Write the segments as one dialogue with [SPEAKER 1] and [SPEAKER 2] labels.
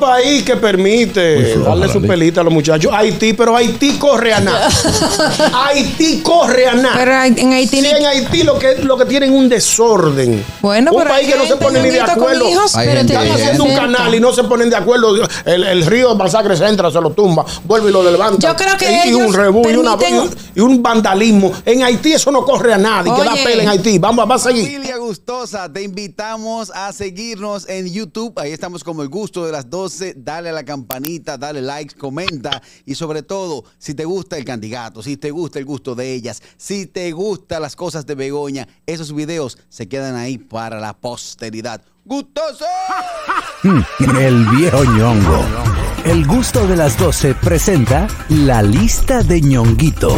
[SPEAKER 1] país que permite
[SPEAKER 2] floja
[SPEAKER 1] darle
[SPEAKER 2] la
[SPEAKER 1] su
[SPEAKER 2] ley.
[SPEAKER 1] pelita a los muchachos. Haití, pero Haití corre a nada. Haití corre a nada.
[SPEAKER 3] Pero hay- en Haití
[SPEAKER 1] Sí,
[SPEAKER 3] ni-
[SPEAKER 1] en Haití lo que, lo que tienen un desorden.
[SPEAKER 3] Bueno,
[SPEAKER 1] un
[SPEAKER 3] pero
[SPEAKER 1] país
[SPEAKER 3] hay
[SPEAKER 1] que no se
[SPEAKER 3] gente,
[SPEAKER 1] pone ni de
[SPEAKER 3] ñonguito, con
[SPEAKER 1] acuerdo.
[SPEAKER 3] hijos,
[SPEAKER 2] Hay
[SPEAKER 3] pero
[SPEAKER 2] gente
[SPEAKER 3] tiene
[SPEAKER 1] Están
[SPEAKER 2] Sí,
[SPEAKER 3] que
[SPEAKER 1] haciendo
[SPEAKER 3] ser
[SPEAKER 1] un
[SPEAKER 3] cerca.
[SPEAKER 1] canal y no se ponen de acuerdo. El, el río de Masacre se entra, se lo tumba, vuelve y lo levanta.
[SPEAKER 3] Yo creo que
[SPEAKER 1] y, y
[SPEAKER 3] ellos
[SPEAKER 1] un rebú y, una-
[SPEAKER 3] permiten-
[SPEAKER 1] y un vandalismo. En Haití eso no corre a nadie. Que da
[SPEAKER 3] Oye.
[SPEAKER 1] pela en Haití. Vamos, vamos a seguir.
[SPEAKER 4] Familia gustosa, te invitamos a seguirnos en YouTube. Ahí estamos como el gusto de las 12. Dale a la campanita, dale like, comenta. Y sobre todo, si te gusta el candidato, si te gusta el gusto de ellas, si te gustan las cosas de Begoña, esos videos se quedan ahí para la posteridad. ¡Gustoso!
[SPEAKER 5] El viejo ñongo. El gusto de las 12 presenta la lista de ñonguito.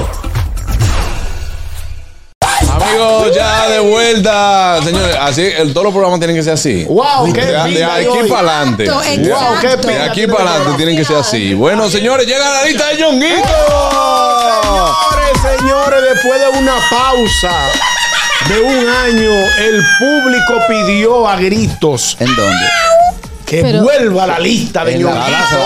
[SPEAKER 2] Amigos, ya de vuelta. Señores, así, el- todos los programas tienen que ser así.
[SPEAKER 1] ¡Wow! ¡Qué
[SPEAKER 2] De, de
[SPEAKER 1] pinta
[SPEAKER 2] aquí
[SPEAKER 1] hoy.
[SPEAKER 2] para adelante.
[SPEAKER 3] Exacto,
[SPEAKER 1] Wow, qué
[SPEAKER 3] exacto.
[SPEAKER 2] De
[SPEAKER 1] pena.
[SPEAKER 2] aquí para adelante tienen que ser así. Bueno, señores, llega la lista de Ñonguito.
[SPEAKER 1] Señores, señores, después de una pausa de un año, el público pidió a gritos
[SPEAKER 4] ¿En dónde?
[SPEAKER 1] que
[SPEAKER 3] Pero-
[SPEAKER 1] vuelva la lista de
[SPEAKER 4] En la
[SPEAKER 1] ñonguito.
[SPEAKER 2] plaza.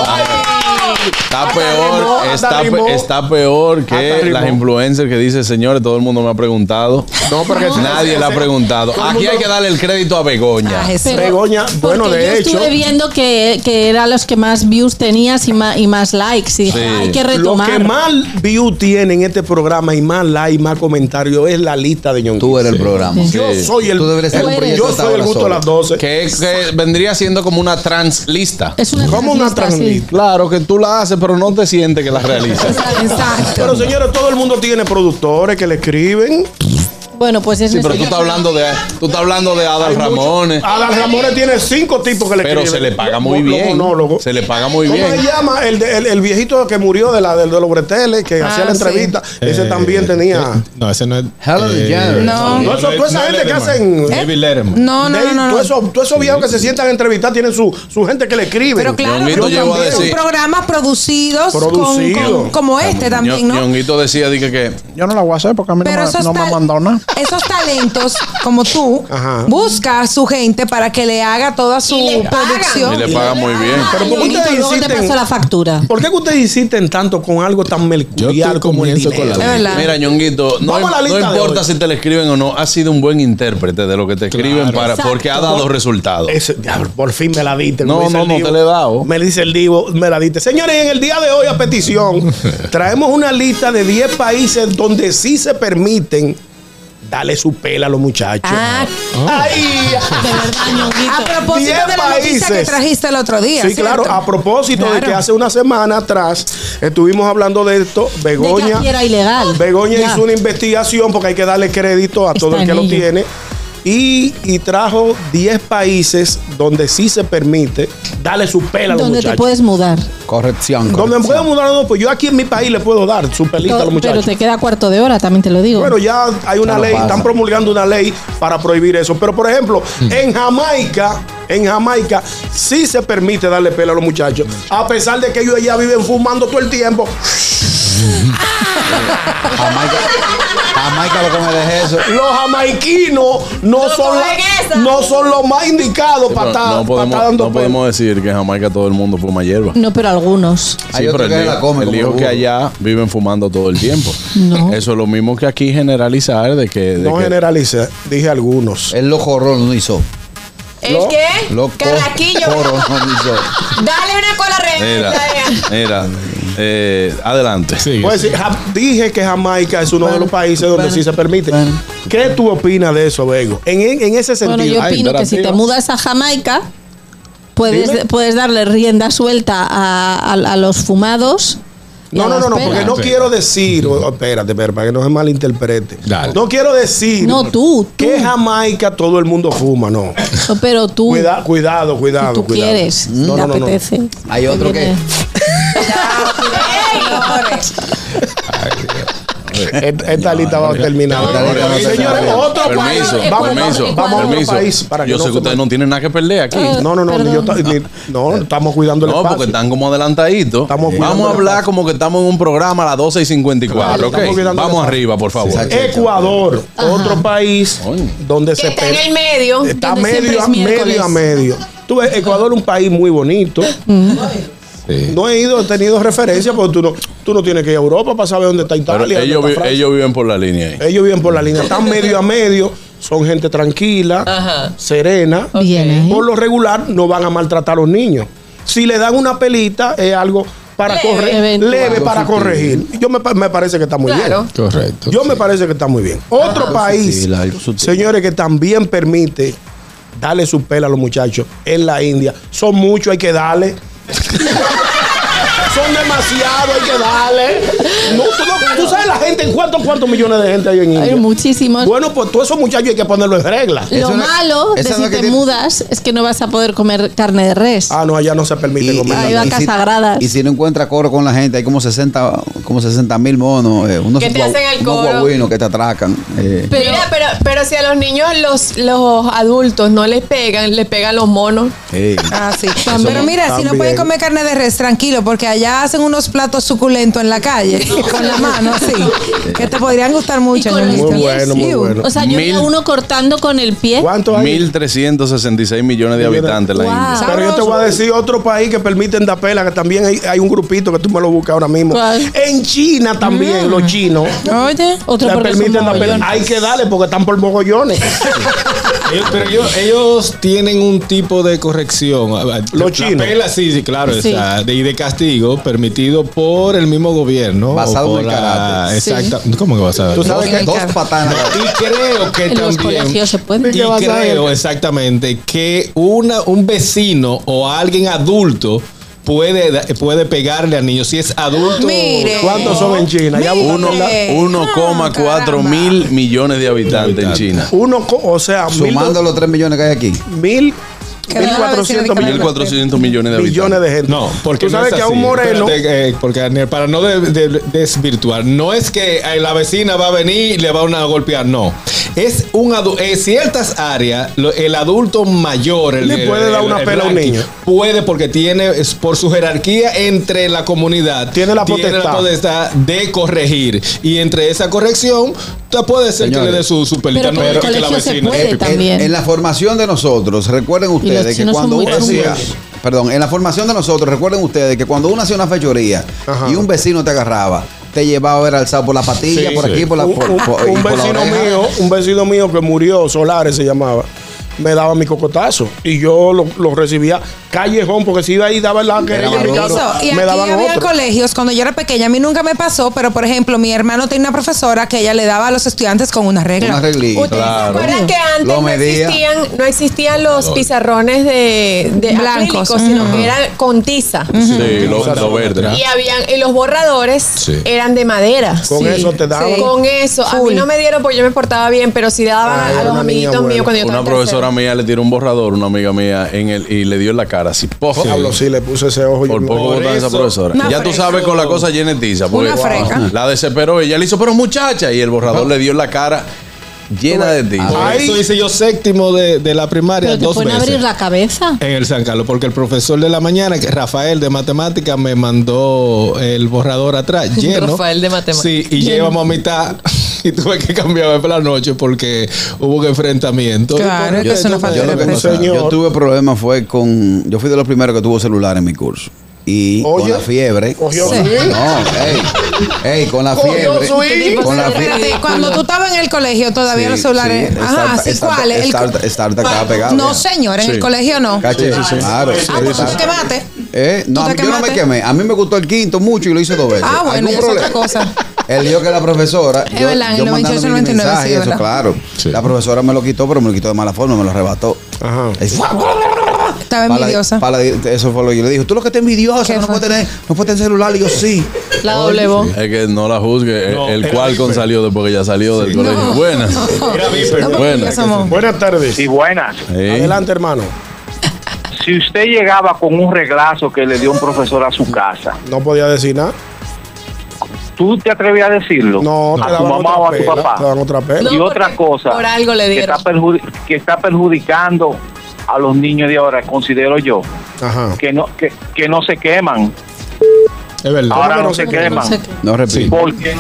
[SPEAKER 2] Está
[SPEAKER 1] rimó,
[SPEAKER 2] peor,
[SPEAKER 1] hasta
[SPEAKER 2] está, pe-
[SPEAKER 1] rimó.
[SPEAKER 2] está peor
[SPEAKER 1] Hasta
[SPEAKER 2] que
[SPEAKER 1] rimó.
[SPEAKER 2] las influencers que dicen, señores, todo el mundo me ha preguntado.
[SPEAKER 1] No, porque eso-
[SPEAKER 2] Nadie le ha
[SPEAKER 1] ese-
[SPEAKER 2] preguntado.
[SPEAKER 1] todo el
[SPEAKER 2] Aquí
[SPEAKER 1] mundo-
[SPEAKER 2] hay que darle el crédito a Begoña.
[SPEAKER 3] Ah, Jesús.
[SPEAKER 6] Pero-
[SPEAKER 1] Begoña, bueno,
[SPEAKER 6] porque
[SPEAKER 1] de
[SPEAKER 6] yo
[SPEAKER 1] hecho-
[SPEAKER 6] Estuve viendo que, que era los que más views tenías y más, y más likes. Y dije,
[SPEAKER 2] Sí.
[SPEAKER 6] hay que
[SPEAKER 1] Lo
[SPEAKER 6] retomar.
[SPEAKER 1] que más view tiene en este programa y más like, más comentarios es la lista de ñonguito.
[SPEAKER 4] Tú eres el programa.
[SPEAKER 1] Yo
[SPEAKER 2] Sí.
[SPEAKER 1] soy el,
[SPEAKER 4] Tú deberías ser
[SPEAKER 6] un
[SPEAKER 1] el-
[SPEAKER 6] proyecto
[SPEAKER 1] yo
[SPEAKER 4] hasta
[SPEAKER 1] soy el
[SPEAKER 4] ahora
[SPEAKER 1] gusto de
[SPEAKER 4] solo.
[SPEAKER 1] las 12.
[SPEAKER 2] Que, que vendría siendo como una trans lista.
[SPEAKER 6] es una
[SPEAKER 1] ¿Cómo una
[SPEAKER 6] translista, sí.
[SPEAKER 1] translista?
[SPEAKER 2] Claro que tú la haces, pero no te sientes que la realizas.
[SPEAKER 3] Exacto.
[SPEAKER 1] Pero señores, todo el mundo tiene productores que le escriben.
[SPEAKER 6] Bueno, pues es
[SPEAKER 2] Sí, pero tú
[SPEAKER 6] nuestro-
[SPEAKER 2] estás hablando de, tú estás hablando de Adal Ramones,
[SPEAKER 1] Adal Ramones tiene cinco tipos que Ah, le
[SPEAKER 2] pero
[SPEAKER 1] escriben.
[SPEAKER 2] se le paga
[SPEAKER 1] Los-
[SPEAKER 2] muy
[SPEAKER 1] los
[SPEAKER 2] bien.
[SPEAKER 1] monólogos.
[SPEAKER 2] Se le paga muy
[SPEAKER 1] ¿Cómo
[SPEAKER 2] bien.
[SPEAKER 1] se llama? El, de- el, el viejito que murió de la del- de, los breteles, que hacía la
[SPEAKER 3] Ah, sí.
[SPEAKER 1] entrevista. Ese
[SPEAKER 7] Eh,
[SPEAKER 1] también tenía.
[SPEAKER 7] No, ese no es. eh,
[SPEAKER 4] Hello, Jenner.
[SPEAKER 3] No.
[SPEAKER 1] eh,
[SPEAKER 3] Eh,
[SPEAKER 1] No, eso- toda esa gente que
[SPEAKER 7] Letterman.
[SPEAKER 1] hacen- eh,
[SPEAKER 7] David Letterman.
[SPEAKER 3] No, no, no, no, no.
[SPEAKER 1] Todos esos todos esos viejos que se sientan a entrevistar tienen su, su gente que le escribe.
[SPEAKER 3] Pero claro,
[SPEAKER 2] Ñonguito
[SPEAKER 3] porque
[SPEAKER 2] llegó a
[SPEAKER 3] también son
[SPEAKER 2] decir-
[SPEAKER 3] programas producidos con-
[SPEAKER 1] Producido.
[SPEAKER 3] con- como este también,
[SPEAKER 2] Ño-
[SPEAKER 3] ¿no?
[SPEAKER 2] Ñonguito decía di que, que
[SPEAKER 7] Yo no la voy a hacer porque a mí
[SPEAKER 3] Pero esos, tal- esos talentos, como tú,
[SPEAKER 1] Ajá.
[SPEAKER 3] busca a su gente para que le haga toda su
[SPEAKER 6] le pagan.
[SPEAKER 3] producción.
[SPEAKER 2] y le paga muy bien.
[SPEAKER 6] Ah,
[SPEAKER 1] Pero ¿por qué
[SPEAKER 6] Leonito,
[SPEAKER 1] ustedes
[SPEAKER 6] luego te
[SPEAKER 1] insisten?
[SPEAKER 6] pasó la factura.
[SPEAKER 1] ¿Por qué que ustedes insisten tanto con algo tan mercurial como el
[SPEAKER 7] comienzo
[SPEAKER 1] dinero?
[SPEAKER 7] con la
[SPEAKER 3] Es verdad.
[SPEAKER 2] Mira, Ñonguito, no,
[SPEAKER 1] Vamos a la
[SPEAKER 2] no
[SPEAKER 1] lista de
[SPEAKER 2] importa
[SPEAKER 1] hoy.
[SPEAKER 2] si te le escriben o no, ha sido un buen intérprete de lo que te escriben para,
[SPEAKER 6] Exacto.
[SPEAKER 2] porque ha dado resultados.
[SPEAKER 1] Ese- diablo, por fin me la diste.
[SPEAKER 2] No,
[SPEAKER 1] me dice
[SPEAKER 2] no,
[SPEAKER 1] el
[SPEAKER 2] no
[SPEAKER 1] Divo.
[SPEAKER 2] te la he dado.
[SPEAKER 1] Me dice el Divo, me la diste. Señores, en el día de hoy, a petición, traemos una lista de 10 países donde sí se permiten darle su pela a los muchachos.
[SPEAKER 3] Ah,
[SPEAKER 1] Ay,
[SPEAKER 6] De verdad,
[SPEAKER 3] a
[SPEAKER 6] ñonguito.
[SPEAKER 3] propósito
[SPEAKER 1] Diez
[SPEAKER 3] de la noticia que
[SPEAKER 1] países.
[SPEAKER 3] trajiste el otro día.
[SPEAKER 1] Sí,
[SPEAKER 3] ¿cierto?
[SPEAKER 1] claro. A propósito de
[SPEAKER 3] Claro.
[SPEAKER 1] que hace una semana atrás estuvimos hablando de esto, Begoña.
[SPEAKER 6] De que aquí era ilegal.
[SPEAKER 1] Begoña
[SPEAKER 6] Ya.
[SPEAKER 1] hizo una investigación porque hay que darle crédito a
[SPEAKER 6] Está
[SPEAKER 1] todo el que
[SPEAKER 6] en
[SPEAKER 1] lo
[SPEAKER 6] ello.
[SPEAKER 1] tiene. Y, y trajo 10 países donde sí se permite darle su pela a los
[SPEAKER 6] Donde
[SPEAKER 1] muchachos.
[SPEAKER 6] te puedes mudar.
[SPEAKER 4] Corrección.
[SPEAKER 1] Donde me
[SPEAKER 4] corrección.
[SPEAKER 1] puedo mudar, no, pues yo aquí en mi país le puedo dar su pelita a los
[SPEAKER 6] Pero
[SPEAKER 1] muchachos.
[SPEAKER 6] te queda cuarto de hora, también te lo digo.
[SPEAKER 1] Bueno, ya hay una
[SPEAKER 4] Ya no
[SPEAKER 1] ley,
[SPEAKER 4] pasa.
[SPEAKER 1] están promulgando una ley para prohibir eso. Pero, por ejemplo, en Jamaica, en Jamaica sí se permite darle pelo a los muchachos. A pesar de que ellos allá viven fumando todo el tiempo.
[SPEAKER 4] Jamaica, Jamaica lo que me dejé eso.
[SPEAKER 1] Los jamaiquinos no, son, la- no son los más indicados para
[SPEAKER 2] Pero
[SPEAKER 1] estar
[SPEAKER 2] no
[SPEAKER 1] para
[SPEAKER 2] podemos,
[SPEAKER 1] estar dando
[SPEAKER 2] no
[SPEAKER 1] pelo.
[SPEAKER 2] podemos decir que en Jamaica todo el mundo fuma hierba.
[SPEAKER 6] No, pero algunos.
[SPEAKER 4] Hay
[SPEAKER 2] Sí,
[SPEAKER 4] otro
[SPEAKER 2] pero el
[SPEAKER 4] que
[SPEAKER 2] lío,
[SPEAKER 4] la come
[SPEAKER 2] el
[SPEAKER 4] como
[SPEAKER 2] lío
[SPEAKER 4] burro.
[SPEAKER 2] que allá viven fumando todo el tiempo.
[SPEAKER 6] No.
[SPEAKER 2] Eso es lo mismo que aquí generalizar de que... de
[SPEAKER 1] No
[SPEAKER 2] que- Eh,
[SPEAKER 1] generalice, dije algunos.
[SPEAKER 4] El loco horror no hizo.
[SPEAKER 1] Lo-
[SPEAKER 8] ¿El qué?
[SPEAKER 4] Loco horror no hizo.
[SPEAKER 8] Dale una cola
[SPEAKER 2] Mira, mira, eh, adelante.
[SPEAKER 7] Sí.
[SPEAKER 1] Pues, sí, ja- dije que Jamaica es uno de los países donde
[SPEAKER 4] bueno,
[SPEAKER 1] sí se permite.
[SPEAKER 4] bueno.
[SPEAKER 1] ¿Qué tú opinas de eso, Bego? En, en- en ese sentido.
[SPEAKER 6] Bueno, yo
[SPEAKER 2] Ay,
[SPEAKER 6] opino que si te
[SPEAKER 2] imperativa.
[SPEAKER 6] mudas a Jamaica, puedes,
[SPEAKER 1] Dime.
[SPEAKER 6] puedes darle rienda suelta a, a- a los fumados. y
[SPEAKER 1] No,
[SPEAKER 6] a
[SPEAKER 1] no,
[SPEAKER 6] las
[SPEAKER 1] no, no,
[SPEAKER 6] pelas.
[SPEAKER 1] porque no
[SPEAKER 7] Espera.
[SPEAKER 1] quiero decir, oh, espérate, espérate, para que no se malinterprete.
[SPEAKER 7] Dale.
[SPEAKER 1] No quiero decir
[SPEAKER 6] No, tú, tú.
[SPEAKER 1] que Jamaica todo el mundo fuma, no.
[SPEAKER 6] Pero tú,
[SPEAKER 1] Cuida- cuidado, cuidado,
[SPEAKER 6] tú
[SPEAKER 1] cuidado.
[SPEAKER 6] quieres,
[SPEAKER 1] No,
[SPEAKER 6] te
[SPEAKER 1] no, no, no.
[SPEAKER 6] apetece.
[SPEAKER 4] Hay otro que-
[SPEAKER 1] Esta, esta lista va a terminar.
[SPEAKER 4] Esta lista no se
[SPEAKER 1] Señores,
[SPEAKER 4] termina.
[SPEAKER 1] otro país.
[SPEAKER 2] permiso,
[SPEAKER 6] cuadro,
[SPEAKER 1] Vamos,
[SPEAKER 2] permiso,
[SPEAKER 1] vamos, vamos a otro
[SPEAKER 2] permiso.
[SPEAKER 1] país para que
[SPEAKER 2] yo
[SPEAKER 1] no
[SPEAKER 2] sé que
[SPEAKER 1] se Eh,
[SPEAKER 2] ustedes no tienen nada que perder aquí.
[SPEAKER 6] Ah.
[SPEAKER 1] No, no, no,
[SPEAKER 6] Perdón.
[SPEAKER 1] yo ta- ni- no, estamos cuidando el
[SPEAKER 2] No,
[SPEAKER 1] espacio.
[SPEAKER 2] porque están como adelantaditos.
[SPEAKER 1] Estamos cuidando
[SPEAKER 2] Vamos a
[SPEAKER 1] el
[SPEAKER 2] hablar
[SPEAKER 1] espacio.
[SPEAKER 2] como que estamos en un programa a las 12 y 54.
[SPEAKER 1] Claro,
[SPEAKER 2] ok.
[SPEAKER 1] estamos cuidando el
[SPEAKER 2] Vamos
[SPEAKER 1] espacio.
[SPEAKER 2] arriba, por favor. Eh,
[SPEAKER 4] Exacto.
[SPEAKER 1] Ecuador, otro país
[SPEAKER 2] Coño.
[SPEAKER 1] donde se
[SPEAKER 8] Está en
[SPEAKER 1] per-
[SPEAKER 8] el medio.
[SPEAKER 1] Está
[SPEAKER 6] Donde siempre
[SPEAKER 1] medio
[SPEAKER 6] es
[SPEAKER 1] a medio
[SPEAKER 6] miércoles.
[SPEAKER 1] a medio. Tú ves, Ecuador es un país muy bonito.
[SPEAKER 2] Sí.
[SPEAKER 1] No he ido, he tenido referencia, porque tú no, tú no tienes que ir a Europa para saber dónde está
[SPEAKER 2] Pero
[SPEAKER 1] Italia.
[SPEAKER 2] ellos,
[SPEAKER 1] dónde
[SPEAKER 2] vi-
[SPEAKER 1] está Francia. Eh,
[SPEAKER 2] ellos viven por la línea ahí.
[SPEAKER 1] Ellos viven por la línea, están medio a medio, son gente tranquila,
[SPEAKER 8] Ajá.
[SPEAKER 1] serena.
[SPEAKER 3] Bien, ahí.
[SPEAKER 1] Por lo regular no van a maltratar a los niños. Si le dan una pelita es algo para
[SPEAKER 8] Leve,
[SPEAKER 1] corregir,
[SPEAKER 6] eventual.
[SPEAKER 1] leve para corregir. Yo me, pa- me parece que está muy
[SPEAKER 8] Claro.
[SPEAKER 1] bien.
[SPEAKER 2] Correcto.
[SPEAKER 1] Yo me parece que está muy bien. Otro país,
[SPEAKER 4] sutil, algo sutil.
[SPEAKER 1] señores, que también permite darle su pela a los muchachos en la India. Son muchos, hay que darle. Son demasiados, hay que darle. No, tú, no- tú sabes la gente, ¿en cuántos, cuántos millones de gente hay en India?
[SPEAKER 6] Hay muchísimos.
[SPEAKER 1] Bueno, pues todos esos muchachos hay que ponerlo en regla.
[SPEAKER 4] Eso
[SPEAKER 6] lo
[SPEAKER 4] no-
[SPEAKER 6] malo de
[SPEAKER 4] eso
[SPEAKER 6] si
[SPEAKER 4] no que
[SPEAKER 6] te
[SPEAKER 4] tiene-
[SPEAKER 6] mudas es que no vas a poder comer carne de res.
[SPEAKER 1] Ah, no, allá no se permite comer.
[SPEAKER 6] Hay
[SPEAKER 1] nada.
[SPEAKER 6] vacas
[SPEAKER 4] si-
[SPEAKER 6] sagradas.
[SPEAKER 4] y si no encuentra coro con la gente, hay como 60 como 60 mil monos, eh, unos,
[SPEAKER 8] Que te
[SPEAKER 4] guau-
[SPEAKER 8] hacen el
[SPEAKER 4] unos
[SPEAKER 8] coro.
[SPEAKER 4] guagüinos que te atracan. eh.
[SPEAKER 6] Pero-
[SPEAKER 8] Mira, pero, pero si a los niños los, los adultos no les pegan, les pegan los monos.
[SPEAKER 4] Ey.
[SPEAKER 3] Ah, sí.
[SPEAKER 6] También.
[SPEAKER 3] Pero mira, si no
[SPEAKER 1] También.
[SPEAKER 3] pueden comer carne de res, tranquilo, porque allá hacen unos platos suculentos en la calle, con la mano así, que te podrían gustar mucho.
[SPEAKER 6] Y con los
[SPEAKER 3] ñonguito.
[SPEAKER 1] Muy bueno, muy
[SPEAKER 3] Iu.
[SPEAKER 1] bueno.
[SPEAKER 6] O sea, yo vi a
[SPEAKER 2] Mil-
[SPEAKER 6] uno cortando con el
[SPEAKER 3] ¿eh?
[SPEAKER 6] pie.
[SPEAKER 1] ¿Cuánto hay?
[SPEAKER 2] 1.366 millones de habitantes la
[SPEAKER 6] Wow.
[SPEAKER 2] India.
[SPEAKER 1] Pero yo te voy a
[SPEAKER 3] Sabroso.
[SPEAKER 1] decir otro país que permiten dar pela, que también hay, hay un grupito que tú me lo buscas ahora mismo.
[SPEAKER 6] ¿Cuál?
[SPEAKER 1] En China también,
[SPEAKER 3] Mm.
[SPEAKER 1] los chinos.
[SPEAKER 6] Oye, otro
[SPEAKER 1] le
[SPEAKER 6] porque son
[SPEAKER 1] permiten dar
[SPEAKER 6] mogollones.
[SPEAKER 1] pela. Hay que darle porque están por mogollones.
[SPEAKER 7] Ellos, Eh, pero ellos, ellos tienen un tipo de corrección. A- a-
[SPEAKER 1] Los
[SPEAKER 7] la
[SPEAKER 1] chinos.
[SPEAKER 7] pela, sí, sí, claro. o
[SPEAKER 6] Sí.
[SPEAKER 7] sea, de, y de castigo permitido por el mismo gobierno. o
[SPEAKER 4] Basado en
[SPEAKER 7] por
[SPEAKER 4] el
[SPEAKER 7] la-
[SPEAKER 4] karate.
[SPEAKER 7] Exacta. ¿Cómo que basado?
[SPEAKER 1] Tú sabes
[SPEAKER 4] Dos-
[SPEAKER 1] que-
[SPEAKER 4] dos patadas.
[SPEAKER 7] Y creo que
[SPEAKER 6] En los
[SPEAKER 7] también.
[SPEAKER 6] colegios se puede.
[SPEAKER 7] Y creo exactamente que una, un vecino o alguien adulto puede, da- puede pegarle al niño. Si es adulto.
[SPEAKER 3] Mire.
[SPEAKER 1] ¿Cuántos son en China? Ya
[SPEAKER 3] Mira.
[SPEAKER 1] uno.
[SPEAKER 3] Eh, ah,
[SPEAKER 2] 1,4
[SPEAKER 3] caramba.
[SPEAKER 2] mil millones de habitantes en China.
[SPEAKER 1] uno co- o sea, mil,
[SPEAKER 4] Sumando
[SPEAKER 1] do-
[SPEAKER 4] los 3 millones que hay aquí.
[SPEAKER 1] mil,
[SPEAKER 3] Que
[SPEAKER 1] mil
[SPEAKER 3] no la vecina de
[SPEAKER 1] cuatrocientos
[SPEAKER 3] que la-
[SPEAKER 1] mil-
[SPEAKER 2] 1.400 millones de
[SPEAKER 1] millones
[SPEAKER 2] habitantes.
[SPEAKER 1] de gente.
[SPEAKER 7] No, porque
[SPEAKER 1] tú
[SPEAKER 7] no
[SPEAKER 1] sabes
[SPEAKER 7] es
[SPEAKER 1] que a
[SPEAKER 7] así.
[SPEAKER 1] un moreno.
[SPEAKER 7] Espérate, eh, porque Daniel, para no de- de- desvirtuar, no es que eh, la vecina va a venir y le va a una a golpear, no. Es un adu- en ciertas áreas lo- el adulto mayor, el,
[SPEAKER 1] Le puede
[SPEAKER 7] el-
[SPEAKER 1] dar
[SPEAKER 7] el-
[SPEAKER 1] una
[SPEAKER 7] el
[SPEAKER 1] pela a un
[SPEAKER 7] blanqui,
[SPEAKER 1] niño.
[SPEAKER 7] Puede porque tiene es por su jerarquía entre la comunidad
[SPEAKER 1] Tiene la potestad.
[SPEAKER 7] potestad de corregir y entre esa corrección te puede ser que
[SPEAKER 4] Señores.
[SPEAKER 7] le dé su, su pelita,
[SPEAKER 6] Pero por el
[SPEAKER 7] es que la
[SPEAKER 6] colegio se
[SPEAKER 7] vecina.
[SPEAKER 6] puede.
[SPEAKER 7] Eh,
[SPEAKER 4] En-
[SPEAKER 6] También.
[SPEAKER 4] En, la formación de nosotros, recuerden ustedes que
[SPEAKER 6] chinos son
[SPEAKER 4] cuando
[SPEAKER 6] muy
[SPEAKER 4] uno hacía,
[SPEAKER 6] chungos.
[SPEAKER 4] perdón, en la formación de nosotros, recuerden ustedes que cuando uno hacía una fechoría
[SPEAKER 1] Ajá.
[SPEAKER 4] y un vecino te agarraba, te llevaba a ver alzado por la patilla,
[SPEAKER 7] Sí,
[SPEAKER 4] por
[SPEAKER 7] sí.
[SPEAKER 4] aquí, por la
[SPEAKER 1] un,
[SPEAKER 4] por,
[SPEAKER 1] un-
[SPEAKER 4] por- y
[SPEAKER 1] un
[SPEAKER 4] por la
[SPEAKER 1] vecino
[SPEAKER 4] oreja.
[SPEAKER 1] mío, un vecino mío que murió, Solares se llamaba, me daba mi cocotazo y yo lo, lo recibía callejón porque si iba ahí daba la querella en mi
[SPEAKER 4] duro.
[SPEAKER 1] casa,
[SPEAKER 3] Eso. Y
[SPEAKER 1] me
[SPEAKER 3] aquí
[SPEAKER 1] daban
[SPEAKER 3] había
[SPEAKER 1] otro.
[SPEAKER 3] colegios, cuando yo era pequeña, a mí nunca me pasó, pero por ejemplo, mi hermano tenía una profesora que ella le daba a los estudiantes con una regla.
[SPEAKER 4] Una reglita.
[SPEAKER 8] ¿Ustedes se acuerdan que antes
[SPEAKER 4] Lo
[SPEAKER 8] no
[SPEAKER 4] medía.
[SPEAKER 8] existían, no existían los pizarrones de, de
[SPEAKER 3] Blancos,
[SPEAKER 8] acrílicos, sino que eran con tiza?
[SPEAKER 2] Sí, lo, lo
[SPEAKER 8] Y
[SPEAKER 2] verde.
[SPEAKER 8] habían, y los borradores
[SPEAKER 2] Sí.
[SPEAKER 8] eran de madera.
[SPEAKER 1] Con
[SPEAKER 6] Sí,
[SPEAKER 1] eso te daban.
[SPEAKER 3] sí.
[SPEAKER 8] Con eso, a mí no me dieron porque yo me portaba bien, pero sí daban
[SPEAKER 1] Ay,
[SPEAKER 8] a
[SPEAKER 1] era
[SPEAKER 8] los
[SPEAKER 1] Ah, una niña
[SPEAKER 8] amiguitos
[SPEAKER 1] buena.
[SPEAKER 8] míos cuando yo estaba
[SPEAKER 2] Una
[SPEAKER 8] en tercero.
[SPEAKER 2] profesora mía le tiró un borrador, una amiga mía, en el, y le dio en la cara así. ¡pof!
[SPEAKER 1] Pablo, sí, le puse ese ojo. y
[SPEAKER 2] Por
[SPEAKER 1] yo-
[SPEAKER 2] poco
[SPEAKER 7] Por
[SPEAKER 2] votan esa
[SPEAKER 7] eso-
[SPEAKER 2] profesora.
[SPEAKER 3] Una
[SPEAKER 2] Ya tú
[SPEAKER 3] freca.
[SPEAKER 2] sabes con la cosa llena de tiza. porque
[SPEAKER 3] Una freca.
[SPEAKER 2] La desesperó. Ella le hizo, pero muchacha. Y el
[SPEAKER 1] Ah.
[SPEAKER 2] borrador le dio en la cara llena de tiza.
[SPEAKER 7] por Eso
[SPEAKER 1] Ay.
[SPEAKER 7] hice yo séptimo de, de la primaria
[SPEAKER 6] Pero te
[SPEAKER 7] dos
[SPEAKER 6] pueden
[SPEAKER 7] veces.
[SPEAKER 6] abrir la cabeza.
[SPEAKER 1] Eh,
[SPEAKER 7] En el San Carlos, porque el profesor de la mañana, que Rafael de matemática, me mandó el borrador atrás lleno.
[SPEAKER 8] Rafael de matemática.
[SPEAKER 7] Sí, y ya íbamos a mitad y tuve que cambiarme para la noche porque hubo un enfrentamiento.
[SPEAKER 3] Claro,
[SPEAKER 7] Y por-
[SPEAKER 3] que es una falta
[SPEAKER 7] yo
[SPEAKER 4] Yo
[SPEAKER 7] lo
[SPEAKER 4] lo que
[SPEAKER 7] que-
[SPEAKER 1] respeto.
[SPEAKER 4] pasa,
[SPEAKER 1] Señor.
[SPEAKER 4] yo tuve problemas fue con. Yo fui de los primeros que tuvo celular en mi curso. Y con
[SPEAKER 1] Oye.
[SPEAKER 4] la fiebre.
[SPEAKER 1] Cogió
[SPEAKER 4] con-
[SPEAKER 1] swing.
[SPEAKER 4] No, ey, ey, con la
[SPEAKER 1] Cogió
[SPEAKER 4] fiebre.
[SPEAKER 1] swing.
[SPEAKER 4] Con la fiebre.
[SPEAKER 3] Espérate, cuando tú estabas en el colegio todavía
[SPEAKER 4] Sí,
[SPEAKER 3] los celulares.
[SPEAKER 4] sí,
[SPEAKER 3] Ajá,
[SPEAKER 4] Starta-
[SPEAKER 3] sí,
[SPEAKER 4] Starta-
[SPEAKER 3] ¿cuáles? El co- Ah,
[SPEAKER 4] Starta- Starta quedaba pegado,
[SPEAKER 3] No,
[SPEAKER 4] ya.
[SPEAKER 3] señor, en el colegio no.
[SPEAKER 4] Caché, claro.
[SPEAKER 3] Ah, pues tú te
[SPEAKER 4] Starta-
[SPEAKER 3] quemaste.
[SPEAKER 4] Eh, no,
[SPEAKER 3] ¿Tú
[SPEAKER 4] yo
[SPEAKER 3] te
[SPEAKER 4] no me
[SPEAKER 3] quemaste?
[SPEAKER 4] quemé. A mí me gustó el quinto mucho y lo hice dos veces.
[SPEAKER 3] Ah, bueno,
[SPEAKER 4] ¿Algún
[SPEAKER 3] ya es otra
[SPEAKER 4] problema?
[SPEAKER 3] cosa.
[SPEAKER 4] Él dijo que la profesora.
[SPEAKER 3] Es verdad, en el
[SPEAKER 4] mandándole
[SPEAKER 3] 98,
[SPEAKER 4] mi
[SPEAKER 3] 99,
[SPEAKER 4] mensaje y
[SPEAKER 3] sí, es
[SPEAKER 4] eso,
[SPEAKER 3] verdad.
[SPEAKER 4] claro. La profesora me lo quitó, pero me lo quitó de mala forma, me lo arrebató.
[SPEAKER 1] Ajá.
[SPEAKER 4] Y ¡fua!
[SPEAKER 3] Estaba
[SPEAKER 4] Para-
[SPEAKER 3] envidiosa.
[SPEAKER 4] para- eso fue lo que yo le dije. Tú lo que estás envidiosa,
[SPEAKER 3] ¿Qué
[SPEAKER 4] que no
[SPEAKER 3] fue?
[SPEAKER 4] puedes tener, no puedes tener celular. Y yo sí.
[SPEAKER 6] La doble voz.
[SPEAKER 1] Ah.
[SPEAKER 2] Es que no la juzgue.
[SPEAKER 7] No,
[SPEAKER 2] el
[SPEAKER 7] era
[SPEAKER 2] Qualcomm
[SPEAKER 7] hiper.
[SPEAKER 2] salió después que ya salió del colegio. Buenas.
[SPEAKER 3] No, porque ya
[SPEAKER 2] Buenas.
[SPEAKER 3] somos-
[SPEAKER 1] Buenas tardes.
[SPEAKER 9] Sí, buenas.
[SPEAKER 2] Eh,
[SPEAKER 1] Adelante, hermano.
[SPEAKER 9] Si usted llegaba con un reglazo que le dio un profesor a su casa,
[SPEAKER 1] No podía decir nada.
[SPEAKER 9] ¿tú te atrevías a decirlo?
[SPEAKER 1] No, te
[SPEAKER 9] a tu
[SPEAKER 1] daban
[SPEAKER 9] mamá
[SPEAKER 1] otra
[SPEAKER 9] o a tu
[SPEAKER 1] pela, Te
[SPEAKER 9] papá.
[SPEAKER 1] daban otra pela.
[SPEAKER 9] y
[SPEAKER 8] No,
[SPEAKER 9] otra
[SPEAKER 8] porque
[SPEAKER 9] cosa
[SPEAKER 8] por algo le
[SPEAKER 9] que, está
[SPEAKER 8] dieron.
[SPEAKER 9] perjudi- que está perjudicando a los niños de ahora, considero yo,
[SPEAKER 1] Ajá.
[SPEAKER 9] que no, que, que no se queman.
[SPEAKER 7] Es verdad.
[SPEAKER 9] Ahora
[SPEAKER 1] que
[SPEAKER 9] no
[SPEAKER 1] no
[SPEAKER 9] se
[SPEAKER 1] se
[SPEAKER 9] queman.
[SPEAKER 6] No sé qué.
[SPEAKER 4] No repito.
[SPEAKER 9] Porque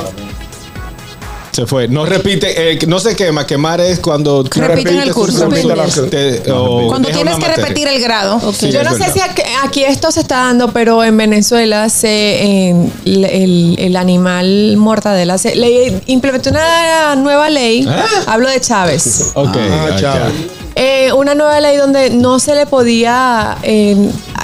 [SPEAKER 7] Se fue. No repite, eh, no se quema. Quemar es cuando tú
[SPEAKER 3] Repiten
[SPEAKER 7] repites
[SPEAKER 3] el curso.
[SPEAKER 7] un-
[SPEAKER 1] Repite la-
[SPEAKER 7] te- o
[SPEAKER 3] Cuando
[SPEAKER 7] deja
[SPEAKER 3] tienes
[SPEAKER 7] una
[SPEAKER 3] que
[SPEAKER 7] materia.
[SPEAKER 3] repetir el grado.
[SPEAKER 7] Sí,
[SPEAKER 8] Yo
[SPEAKER 7] es
[SPEAKER 8] no sé
[SPEAKER 7] verdad.
[SPEAKER 8] si aquí, aquí esto se está dando, pero en Venezuela se, en- el, el- el animal mortadela se, le implementó una nueva ley.
[SPEAKER 4] ¿Eh?
[SPEAKER 7] ¿Ah?
[SPEAKER 8] Hablo de Chávez.
[SPEAKER 7] Ok.
[SPEAKER 1] Ah,
[SPEAKER 7] ok.
[SPEAKER 1] chaval.
[SPEAKER 8] Eh, una nueva ley donde no se le podía eh,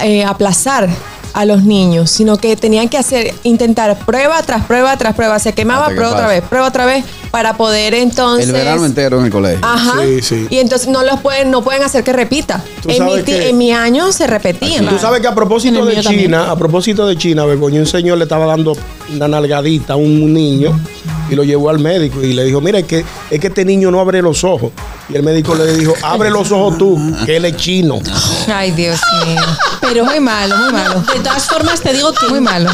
[SPEAKER 8] eh, aplazar a los niños, sino que tenían que hacer intentar prueba tras prueba tras prueba. Se quemaba,
[SPEAKER 4] Hasta que
[SPEAKER 8] prueba otra
[SPEAKER 4] pase.
[SPEAKER 8] vez, prueba otra vez, para poder entonces.
[SPEAKER 4] El verano entero en el colegio.
[SPEAKER 10] ah,
[SPEAKER 8] Ajá.
[SPEAKER 1] Sí, sí.
[SPEAKER 8] Y entonces no los pueden, no pueden hacer que repita.
[SPEAKER 1] Tú
[SPEAKER 8] En mi,
[SPEAKER 1] sabes
[SPEAKER 8] ti-
[SPEAKER 1] que-
[SPEAKER 8] en mi año se repetían.
[SPEAKER 1] Tú sabes que a
[SPEAKER 6] En
[SPEAKER 1] propósito
[SPEAKER 6] el
[SPEAKER 1] de
[SPEAKER 6] mío
[SPEAKER 1] China,
[SPEAKER 6] también.
[SPEAKER 1] a propósito de China, Begoña, un señor le estaba dando una nalgadita a un niño y lo llevó al médico y le dijo, mira, es que, es que este niño no abre los ojos. Y el médico le dijo, abre los ojos tú, que él es chino.
[SPEAKER 3] Ay, Dios mío. Pero muy malo, muy malo.
[SPEAKER 6] De todas formas, te digo que.
[SPEAKER 3] Muy malo.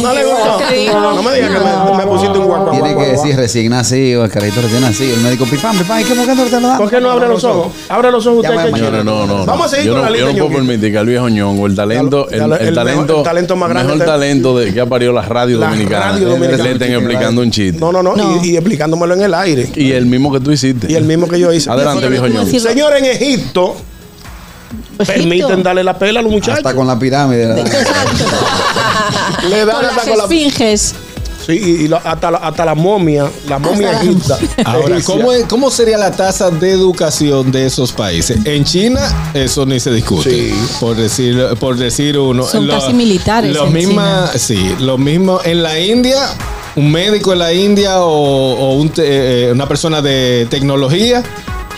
[SPEAKER 1] No le gusta.
[SPEAKER 8] Te digo.
[SPEAKER 1] No me digas que me, me pusiste un guapo.
[SPEAKER 4] Tiene que decir recién nacido, el carrito recién nacido, el médico pipam, pipam, ¿y qué por qué no te lo dan?
[SPEAKER 1] ¿Por qué no abre los ojos? Abre los ojos
[SPEAKER 4] Ya
[SPEAKER 1] usted
[SPEAKER 4] voy
[SPEAKER 1] que es
[SPEAKER 4] mañana.
[SPEAKER 2] No, no,
[SPEAKER 1] chino.
[SPEAKER 2] no, no.
[SPEAKER 1] Vamos a seguir
[SPEAKER 2] yo
[SPEAKER 1] con
[SPEAKER 2] no,
[SPEAKER 1] la lista,
[SPEAKER 2] Yo no puedo
[SPEAKER 1] Ñonguito.
[SPEAKER 2] permitir que el viejo Ñongo, el talento, el,
[SPEAKER 1] El- el
[SPEAKER 2] el talento,
[SPEAKER 1] mejor- el talento más grande
[SPEAKER 2] mejor
[SPEAKER 1] del-
[SPEAKER 2] talento de- que ha parido la radio
[SPEAKER 1] La
[SPEAKER 2] dominicana.
[SPEAKER 1] radio dominicana.
[SPEAKER 2] Le estén explicando un chiste.
[SPEAKER 1] No, no, no. Y, y explicándomelo en el aire.
[SPEAKER 2] Y el mismo que tú hiciste.
[SPEAKER 1] Y el mismo que yo hice.
[SPEAKER 2] Adelante, viejo
[SPEAKER 6] ¿Cómo
[SPEAKER 2] Ñongo.
[SPEAKER 6] decirlo?
[SPEAKER 1] Señor, en Egipto, permiten darle la pela a los muchachos.
[SPEAKER 4] Hasta con la pirámide. ¿verdad?
[SPEAKER 6] Exacto.
[SPEAKER 1] Le dan
[SPEAKER 6] Con
[SPEAKER 1] hasta
[SPEAKER 6] las
[SPEAKER 1] con la
[SPEAKER 6] esfinges.
[SPEAKER 1] Sí, y, y la- hasta, la, hasta la momia, la momia egipta.
[SPEAKER 7] Ahora,
[SPEAKER 1] egipcia.
[SPEAKER 7] ¿cómo, es- ¿cómo sería la tasa de educación de esos países? En China, eso ni se discute.
[SPEAKER 1] Sí.
[SPEAKER 7] Por decir, por decir uno.
[SPEAKER 6] Son
[SPEAKER 7] Lo-
[SPEAKER 6] casi militares
[SPEAKER 7] Lo
[SPEAKER 6] en
[SPEAKER 7] mismo,
[SPEAKER 6] China.
[SPEAKER 7] sí, lo mismo en la India. Un médico en la India o, o un te- eh, una persona de tecnología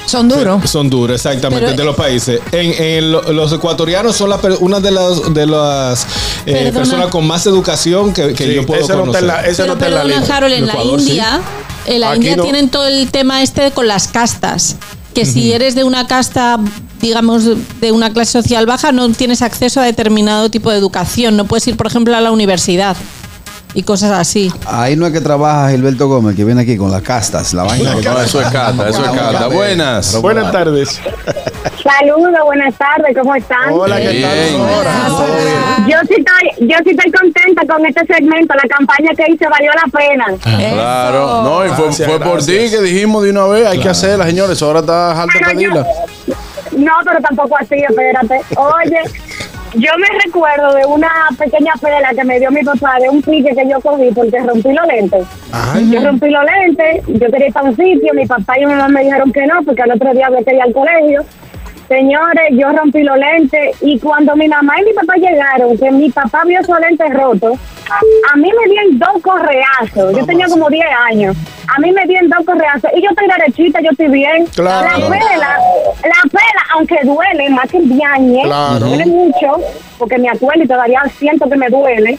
[SPEAKER 3] Son duros.
[SPEAKER 7] son duros, exactamente,
[SPEAKER 6] Oh. Pero- eh,
[SPEAKER 7] de los países. En, en lo- los ecuatorianos son las per- una de las, de las eh,
[SPEAKER 6] Perdona.
[SPEAKER 7] personas con más educación que, que
[SPEAKER 1] Sí,
[SPEAKER 7] yo puedo
[SPEAKER 1] ese no está
[SPEAKER 7] conocer.
[SPEAKER 1] en la, ese no
[SPEAKER 6] Pero
[SPEAKER 1] está en la
[SPEAKER 6] perdona,
[SPEAKER 1] lista.
[SPEAKER 6] Harold, en la
[SPEAKER 7] Ecuador, sí.
[SPEAKER 6] India, en la
[SPEAKER 1] Aquí
[SPEAKER 6] India
[SPEAKER 1] no.
[SPEAKER 6] tienen todo el tema este con las castas. Que si eres de una casta, digamos, de una clase social baja, no tienes acceso a determinado tipo de educación. No puedes ir, por ejemplo, a la universidad y cosas así.
[SPEAKER 1] Ah,
[SPEAKER 4] Ahí no es que trabaja Gilberto Gómez, que viene aquí con las castas, la vaina.
[SPEAKER 2] No, no, eso es cata, eso es cata. Buenas.
[SPEAKER 1] Buenas tardes.
[SPEAKER 10] Saludos, buenas tardes, ¿cómo están?
[SPEAKER 1] Hola, ¿qué tal?
[SPEAKER 2] Bien.
[SPEAKER 1] Hola.
[SPEAKER 10] Yo sí estoy, yo sí estoy contenta con este segmento, la campaña que hice valió la
[SPEAKER 1] Ah,
[SPEAKER 10] pena.
[SPEAKER 3] Eh,
[SPEAKER 2] Claro, no, y fue,
[SPEAKER 1] Gracias,
[SPEAKER 2] fue por ti
[SPEAKER 1] gracias.
[SPEAKER 2] que dijimos de una vez, hay que hacerla, señores, ahora está harto
[SPEAKER 10] Pero yo-
[SPEAKER 2] pedirla.
[SPEAKER 10] no, pero tampoco así, espérate. Oye, yo me recuerdo de una pequeña pela que me dio mi papá de un pique que yo cogí porque rompí los lentes. Yo rompí los lentes, yo quería ir para un sitio, mi papá y mi mamá me dijeron que no, porque al otro día yo quería ir al colegio. Señores, yo rompí los lentes y cuando mi mamá y mi papá llegaron, que mi papá vio esos lentes rotos, a mí me dieron dos correazos. Yo tenía como 10 años. A mí me dieron dos correazos y yo estoy derechita, yo estoy bien.
[SPEAKER 1] Claro.
[SPEAKER 10] La pela, la pela, aunque duele más que el diañe,
[SPEAKER 1] Claro.
[SPEAKER 10] duele mucho, porque me acuerdo y todavía siento que me duele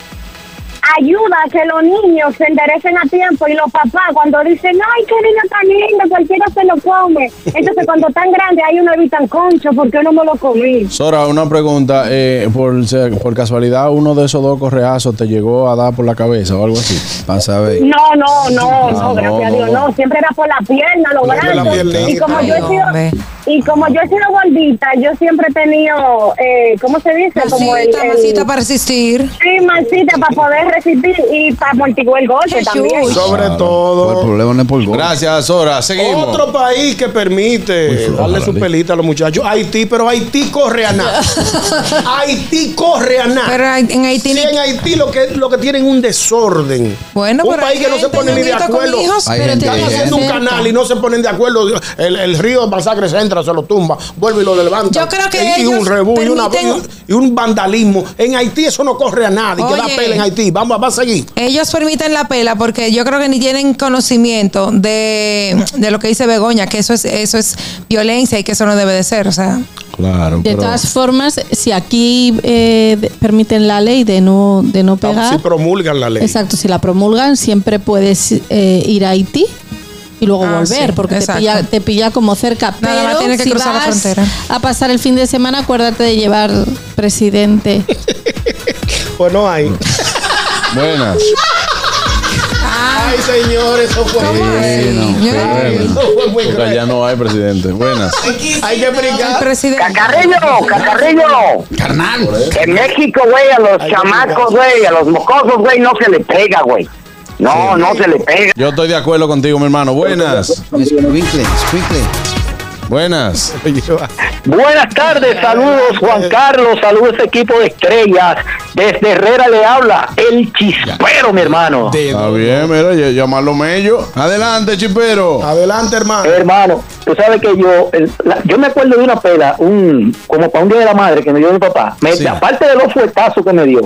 [SPEAKER 10] ayuda a que los niños se enderecen a tiempo y los papás cuando dicen, ay, qué niño tan lindo, cualquiera se lo come. Entonces cuando tan grande ahí uno evitan concho porque uno no lo comí.
[SPEAKER 2] Sora, una pregunta, eh, por, se- por casualidad uno de esos dos correazos te llegó a dar por la cabeza o algo así.
[SPEAKER 4] Pasa a ver.
[SPEAKER 10] No, no, no,
[SPEAKER 2] no,
[SPEAKER 10] no, gracias a Dios,
[SPEAKER 2] no.
[SPEAKER 10] no. Siempre era por la pierna, los
[SPEAKER 1] Por la
[SPEAKER 10] brazos.
[SPEAKER 1] piernita.
[SPEAKER 10] Y como yo he
[SPEAKER 3] Ay,
[SPEAKER 10] sido...
[SPEAKER 3] hombre.
[SPEAKER 10] Y como yo he sido gordita, yo siempre he tenido, eh, ¿cómo se dice? Como el,
[SPEAKER 3] Masita,
[SPEAKER 10] el-
[SPEAKER 3] masita para resistir.
[SPEAKER 10] Sí, masita para poder resistir y para amortiguar el golpe
[SPEAKER 3] Jesús.
[SPEAKER 10] Pues también.
[SPEAKER 1] Sobre
[SPEAKER 4] El
[SPEAKER 1] todo.
[SPEAKER 4] problema no es por gol.
[SPEAKER 2] Gracias, Sora, seguimos.
[SPEAKER 1] Otro país que permite darle su pelita a los muchachos. Haití, pero Haití corre a nada. Haití corre a nada.
[SPEAKER 3] Pero en Haití
[SPEAKER 1] Sí,
[SPEAKER 3] ni-
[SPEAKER 1] en Haití lo que, lo que tienen un desorden.
[SPEAKER 3] Bueno,
[SPEAKER 1] un
[SPEAKER 3] pero
[SPEAKER 1] país
[SPEAKER 3] hay
[SPEAKER 1] que no se
[SPEAKER 3] gente,
[SPEAKER 1] pone ni de
[SPEAKER 3] Ñonguito, con
[SPEAKER 1] acuerdo.
[SPEAKER 3] hijos,
[SPEAKER 4] Hay
[SPEAKER 3] pero
[SPEAKER 4] gente
[SPEAKER 3] te
[SPEAKER 1] Están
[SPEAKER 4] bien.
[SPEAKER 1] haciendo un canal y no se ponen de acuerdo. El, el río de Masacre se entra, se lo tumba, vuelve y lo levanta.
[SPEAKER 3] Yo creo que
[SPEAKER 1] y, y
[SPEAKER 3] ellos
[SPEAKER 1] un rebú y, una-
[SPEAKER 3] permiten-
[SPEAKER 1] y un vandalismo. En Haití eso no corre a nadie. Que da
[SPEAKER 3] Oye.
[SPEAKER 1] pela en Haití. Vamos, va a seguir.
[SPEAKER 3] Ellos permiten la pela porque yo creo que ni tienen conocimiento de, de lo que dice Begoña, que eso es eso es violencia y que eso no debe de ser. O sea,
[SPEAKER 2] Claro,
[SPEAKER 6] De
[SPEAKER 2] pero-
[SPEAKER 6] todas formas, si aquí eh, de- permiten la ley de no, de no pegar,
[SPEAKER 1] Si promulgan la ley.
[SPEAKER 6] exacto, si la promulgan, siempre puedes eh, ir a Haití y luego
[SPEAKER 3] Ah,
[SPEAKER 6] volver,
[SPEAKER 3] sí,
[SPEAKER 6] porque te
[SPEAKER 3] exacto.
[SPEAKER 6] pilla, te pilla como cerca. Pero
[SPEAKER 3] Nada más tienes que
[SPEAKER 6] si
[SPEAKER 3] cruzar la
[SPEAKER 6] vas
[SPEAKER 3] frontera.
[SPEAKER 6] a pasar el fin de semana, acuérdate de llevar presidente.
[SPEAKER 1] Pues no hay.
[SPEAKER 2] Buenas.
[SPEAKER 1] Ay, señores, eso fue.
[SPEAKER 4] Sí, no.
[SPEAKER 3] yo-
[SPEAKER 2] Buenas.
[SPEAKER 1] Eso fue muy
[SPEAKER 2] Porque allá
[SPEAKER 1] cruel.
[SPEAKER 2] no hay presidente. Buenas.
[SPEAKER 1] Hay que
[SPEAKER 3] el
[SPEAKER 1] brincar.
[SPEAKER 3] presidente.
[SPEAKER 10] Cacarrillo, cacarrillo.
[SPEAKER 4] Carnal.
[SPEAKER 10] En México, güey, a los chamacos, güey, a los mocosos, güey, no se le pega, güey.
[SPEAKER 9] No, no se le pega.
[SPEAKER 2] Yo estoy de acuerdo contigo, mi hermano. Buenas.
[SPEAKER 4] Squinkle, squinkle.
[SPEAKER 2] Buenas.
[SPEAKER 11] Buenas tardes, saludos Juan Carlos, saludos este equipo de estrellas. Desde Herrera le habla el chispero, mi hermano.
[SPEAKER 2] Está bien, mira, ll- llamarlo mello. Adelante, chipero.
[SPEAKER 1] Adelante, hermano.
[SPEAKER 11] Hermano, tú sabes que yo, el- la- yo me acuerdo de una pela, un, como para un día de la madre que me dio mi papá. Me-
[SPEAKER 2] Sí.
[SPEAKER 11] Aparte de los fuetazos que me dio,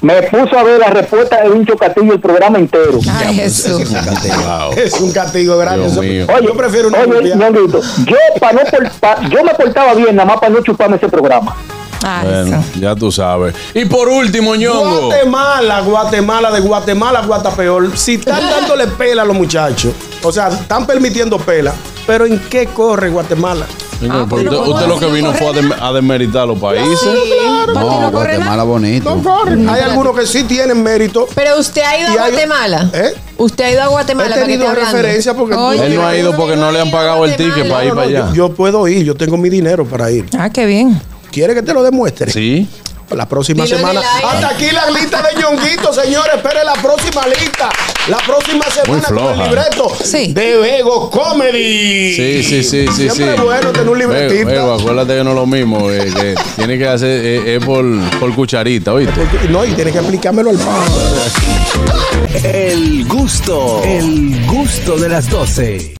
[SPEAKER 11] me puso a ver la respuesta de un chocatillo el programa entero.
[SPEAKER 3] Ay, Jesús.
[SPEAKER 2] Wow.
[SPEAKER 1] Es un castigo grande.
[SPEAKER 2] Dios
[SPEAKER 1] Eso-
[SPEAKER 2] mío.
[SPEAKER 1] yo prefiero una
[SPEAKER 11] Oye,
[SPEAKER 1] mundial.
[SPEAKER 11] ñonguito, yo, pa no por- pa- yo me portaba bien, nada más para no chuparme ese programa.
[SPEAKER 3] Ay,
[SPEAKER 2] Bueno,
[SPEAKER 3] eso.
[SPEAKER 2] ya tú sabes. Y por último, ñongo.
[SPEAKER 1] Guatemala, Guatemala, de Guatemala a Guatapeor. Si están dándole pela a los muchachos, o sea, están permitiendo pela, pero ¿en qué corre Guatemala?
[SPEAKER 2] Señor, pero
[SPEAKER 3] pero
[SPEAKER 2] usted,
[SPEAKER 3] ¿cómo
[SPEAKER 2] usted lo
[SPEAKER 3] así
[SPEAKER 2] que
[SPEAKER 3] no
[SPEAKER 2] vino
[SPEAKER 3] corre
[SPEAKER 2] fue a, dem- a desmeritar los países.
[SPEAKER 3] Para ti
[SPEAKER 4] No,
[SPEAKER 3] no corre
[SPEAKER 4] Guatemala
[SPEAKER 3] nada.
[SPEAKER 4] bonito.
[SPEAKER 1] Hay algunos que sí tienen mérito.
[SPEAKER 8] Pero usted ha ido
[SPEAKER 1] Y
[SPEAKER 8] a
[SPEAKER 1] hay-
[SPEAKER 8] Guatemala.
[SPEAKER 1] ¿Eh?
[SPEAKER 8] Usted ha ido a Guatemala.
[SPEAKER 1] He
[SPEAKER 8] ¿para qué
[SPEAKER 1] tenido
[SPEAKER 8] está hablando?
[SPEAKER 1] referencia porque tú
[SPEAKER 3] Oye,
[SPEAKER 2] Él no ha
[SPEAKER 1] tienes-
[SPEAKER 2] ido porque no le han pagado el
[SPEAKER 8] Guatemala.
[SPEAKER 2] ticket para ir
[SPEAKER 1] No, no,
[SPEAKER 2] para allá.
[SPEAKER 1] yo, yo puedo ir, yo tengo mi dinero para ir.
[SPEAKER 3] Ah, qué bien.
[SPEAKER 1] ¿Quiere que te lo demuestre?
[SPEAKER 2] Sí.
[SPEAKER 1] La próxima
[SPEAKER 8] Dilo en
[SPEAKER 1] semana.
[SPEAKER 8] el aire.
[SPEAKER 1] Hasta aquí la lista de ñonguito, señores. Espere la próxima lista. La próxima semana con
[SPEAKER 2] floja.
[SPEAKER 1] el libreto
[SPEAKER 3] Sí.
[SPEAKER 1] de Vego Comedy.
[SPEAKER 2] Sí, sí, sí, sí, sí.
[SPEAKER 1] Siempre es bueno tener un libretista.
[SPEAKER 2] Vego, Vego, acuérdate que no es lo mismo. eh, que tiene que hacer, eh, es por, por cucharita, ¿oíste?
[SPEAKER 1] Porque- no, y tienes que aplicármelo al paso.
[SPEAKER 5] El gusto, el gusto de las 12.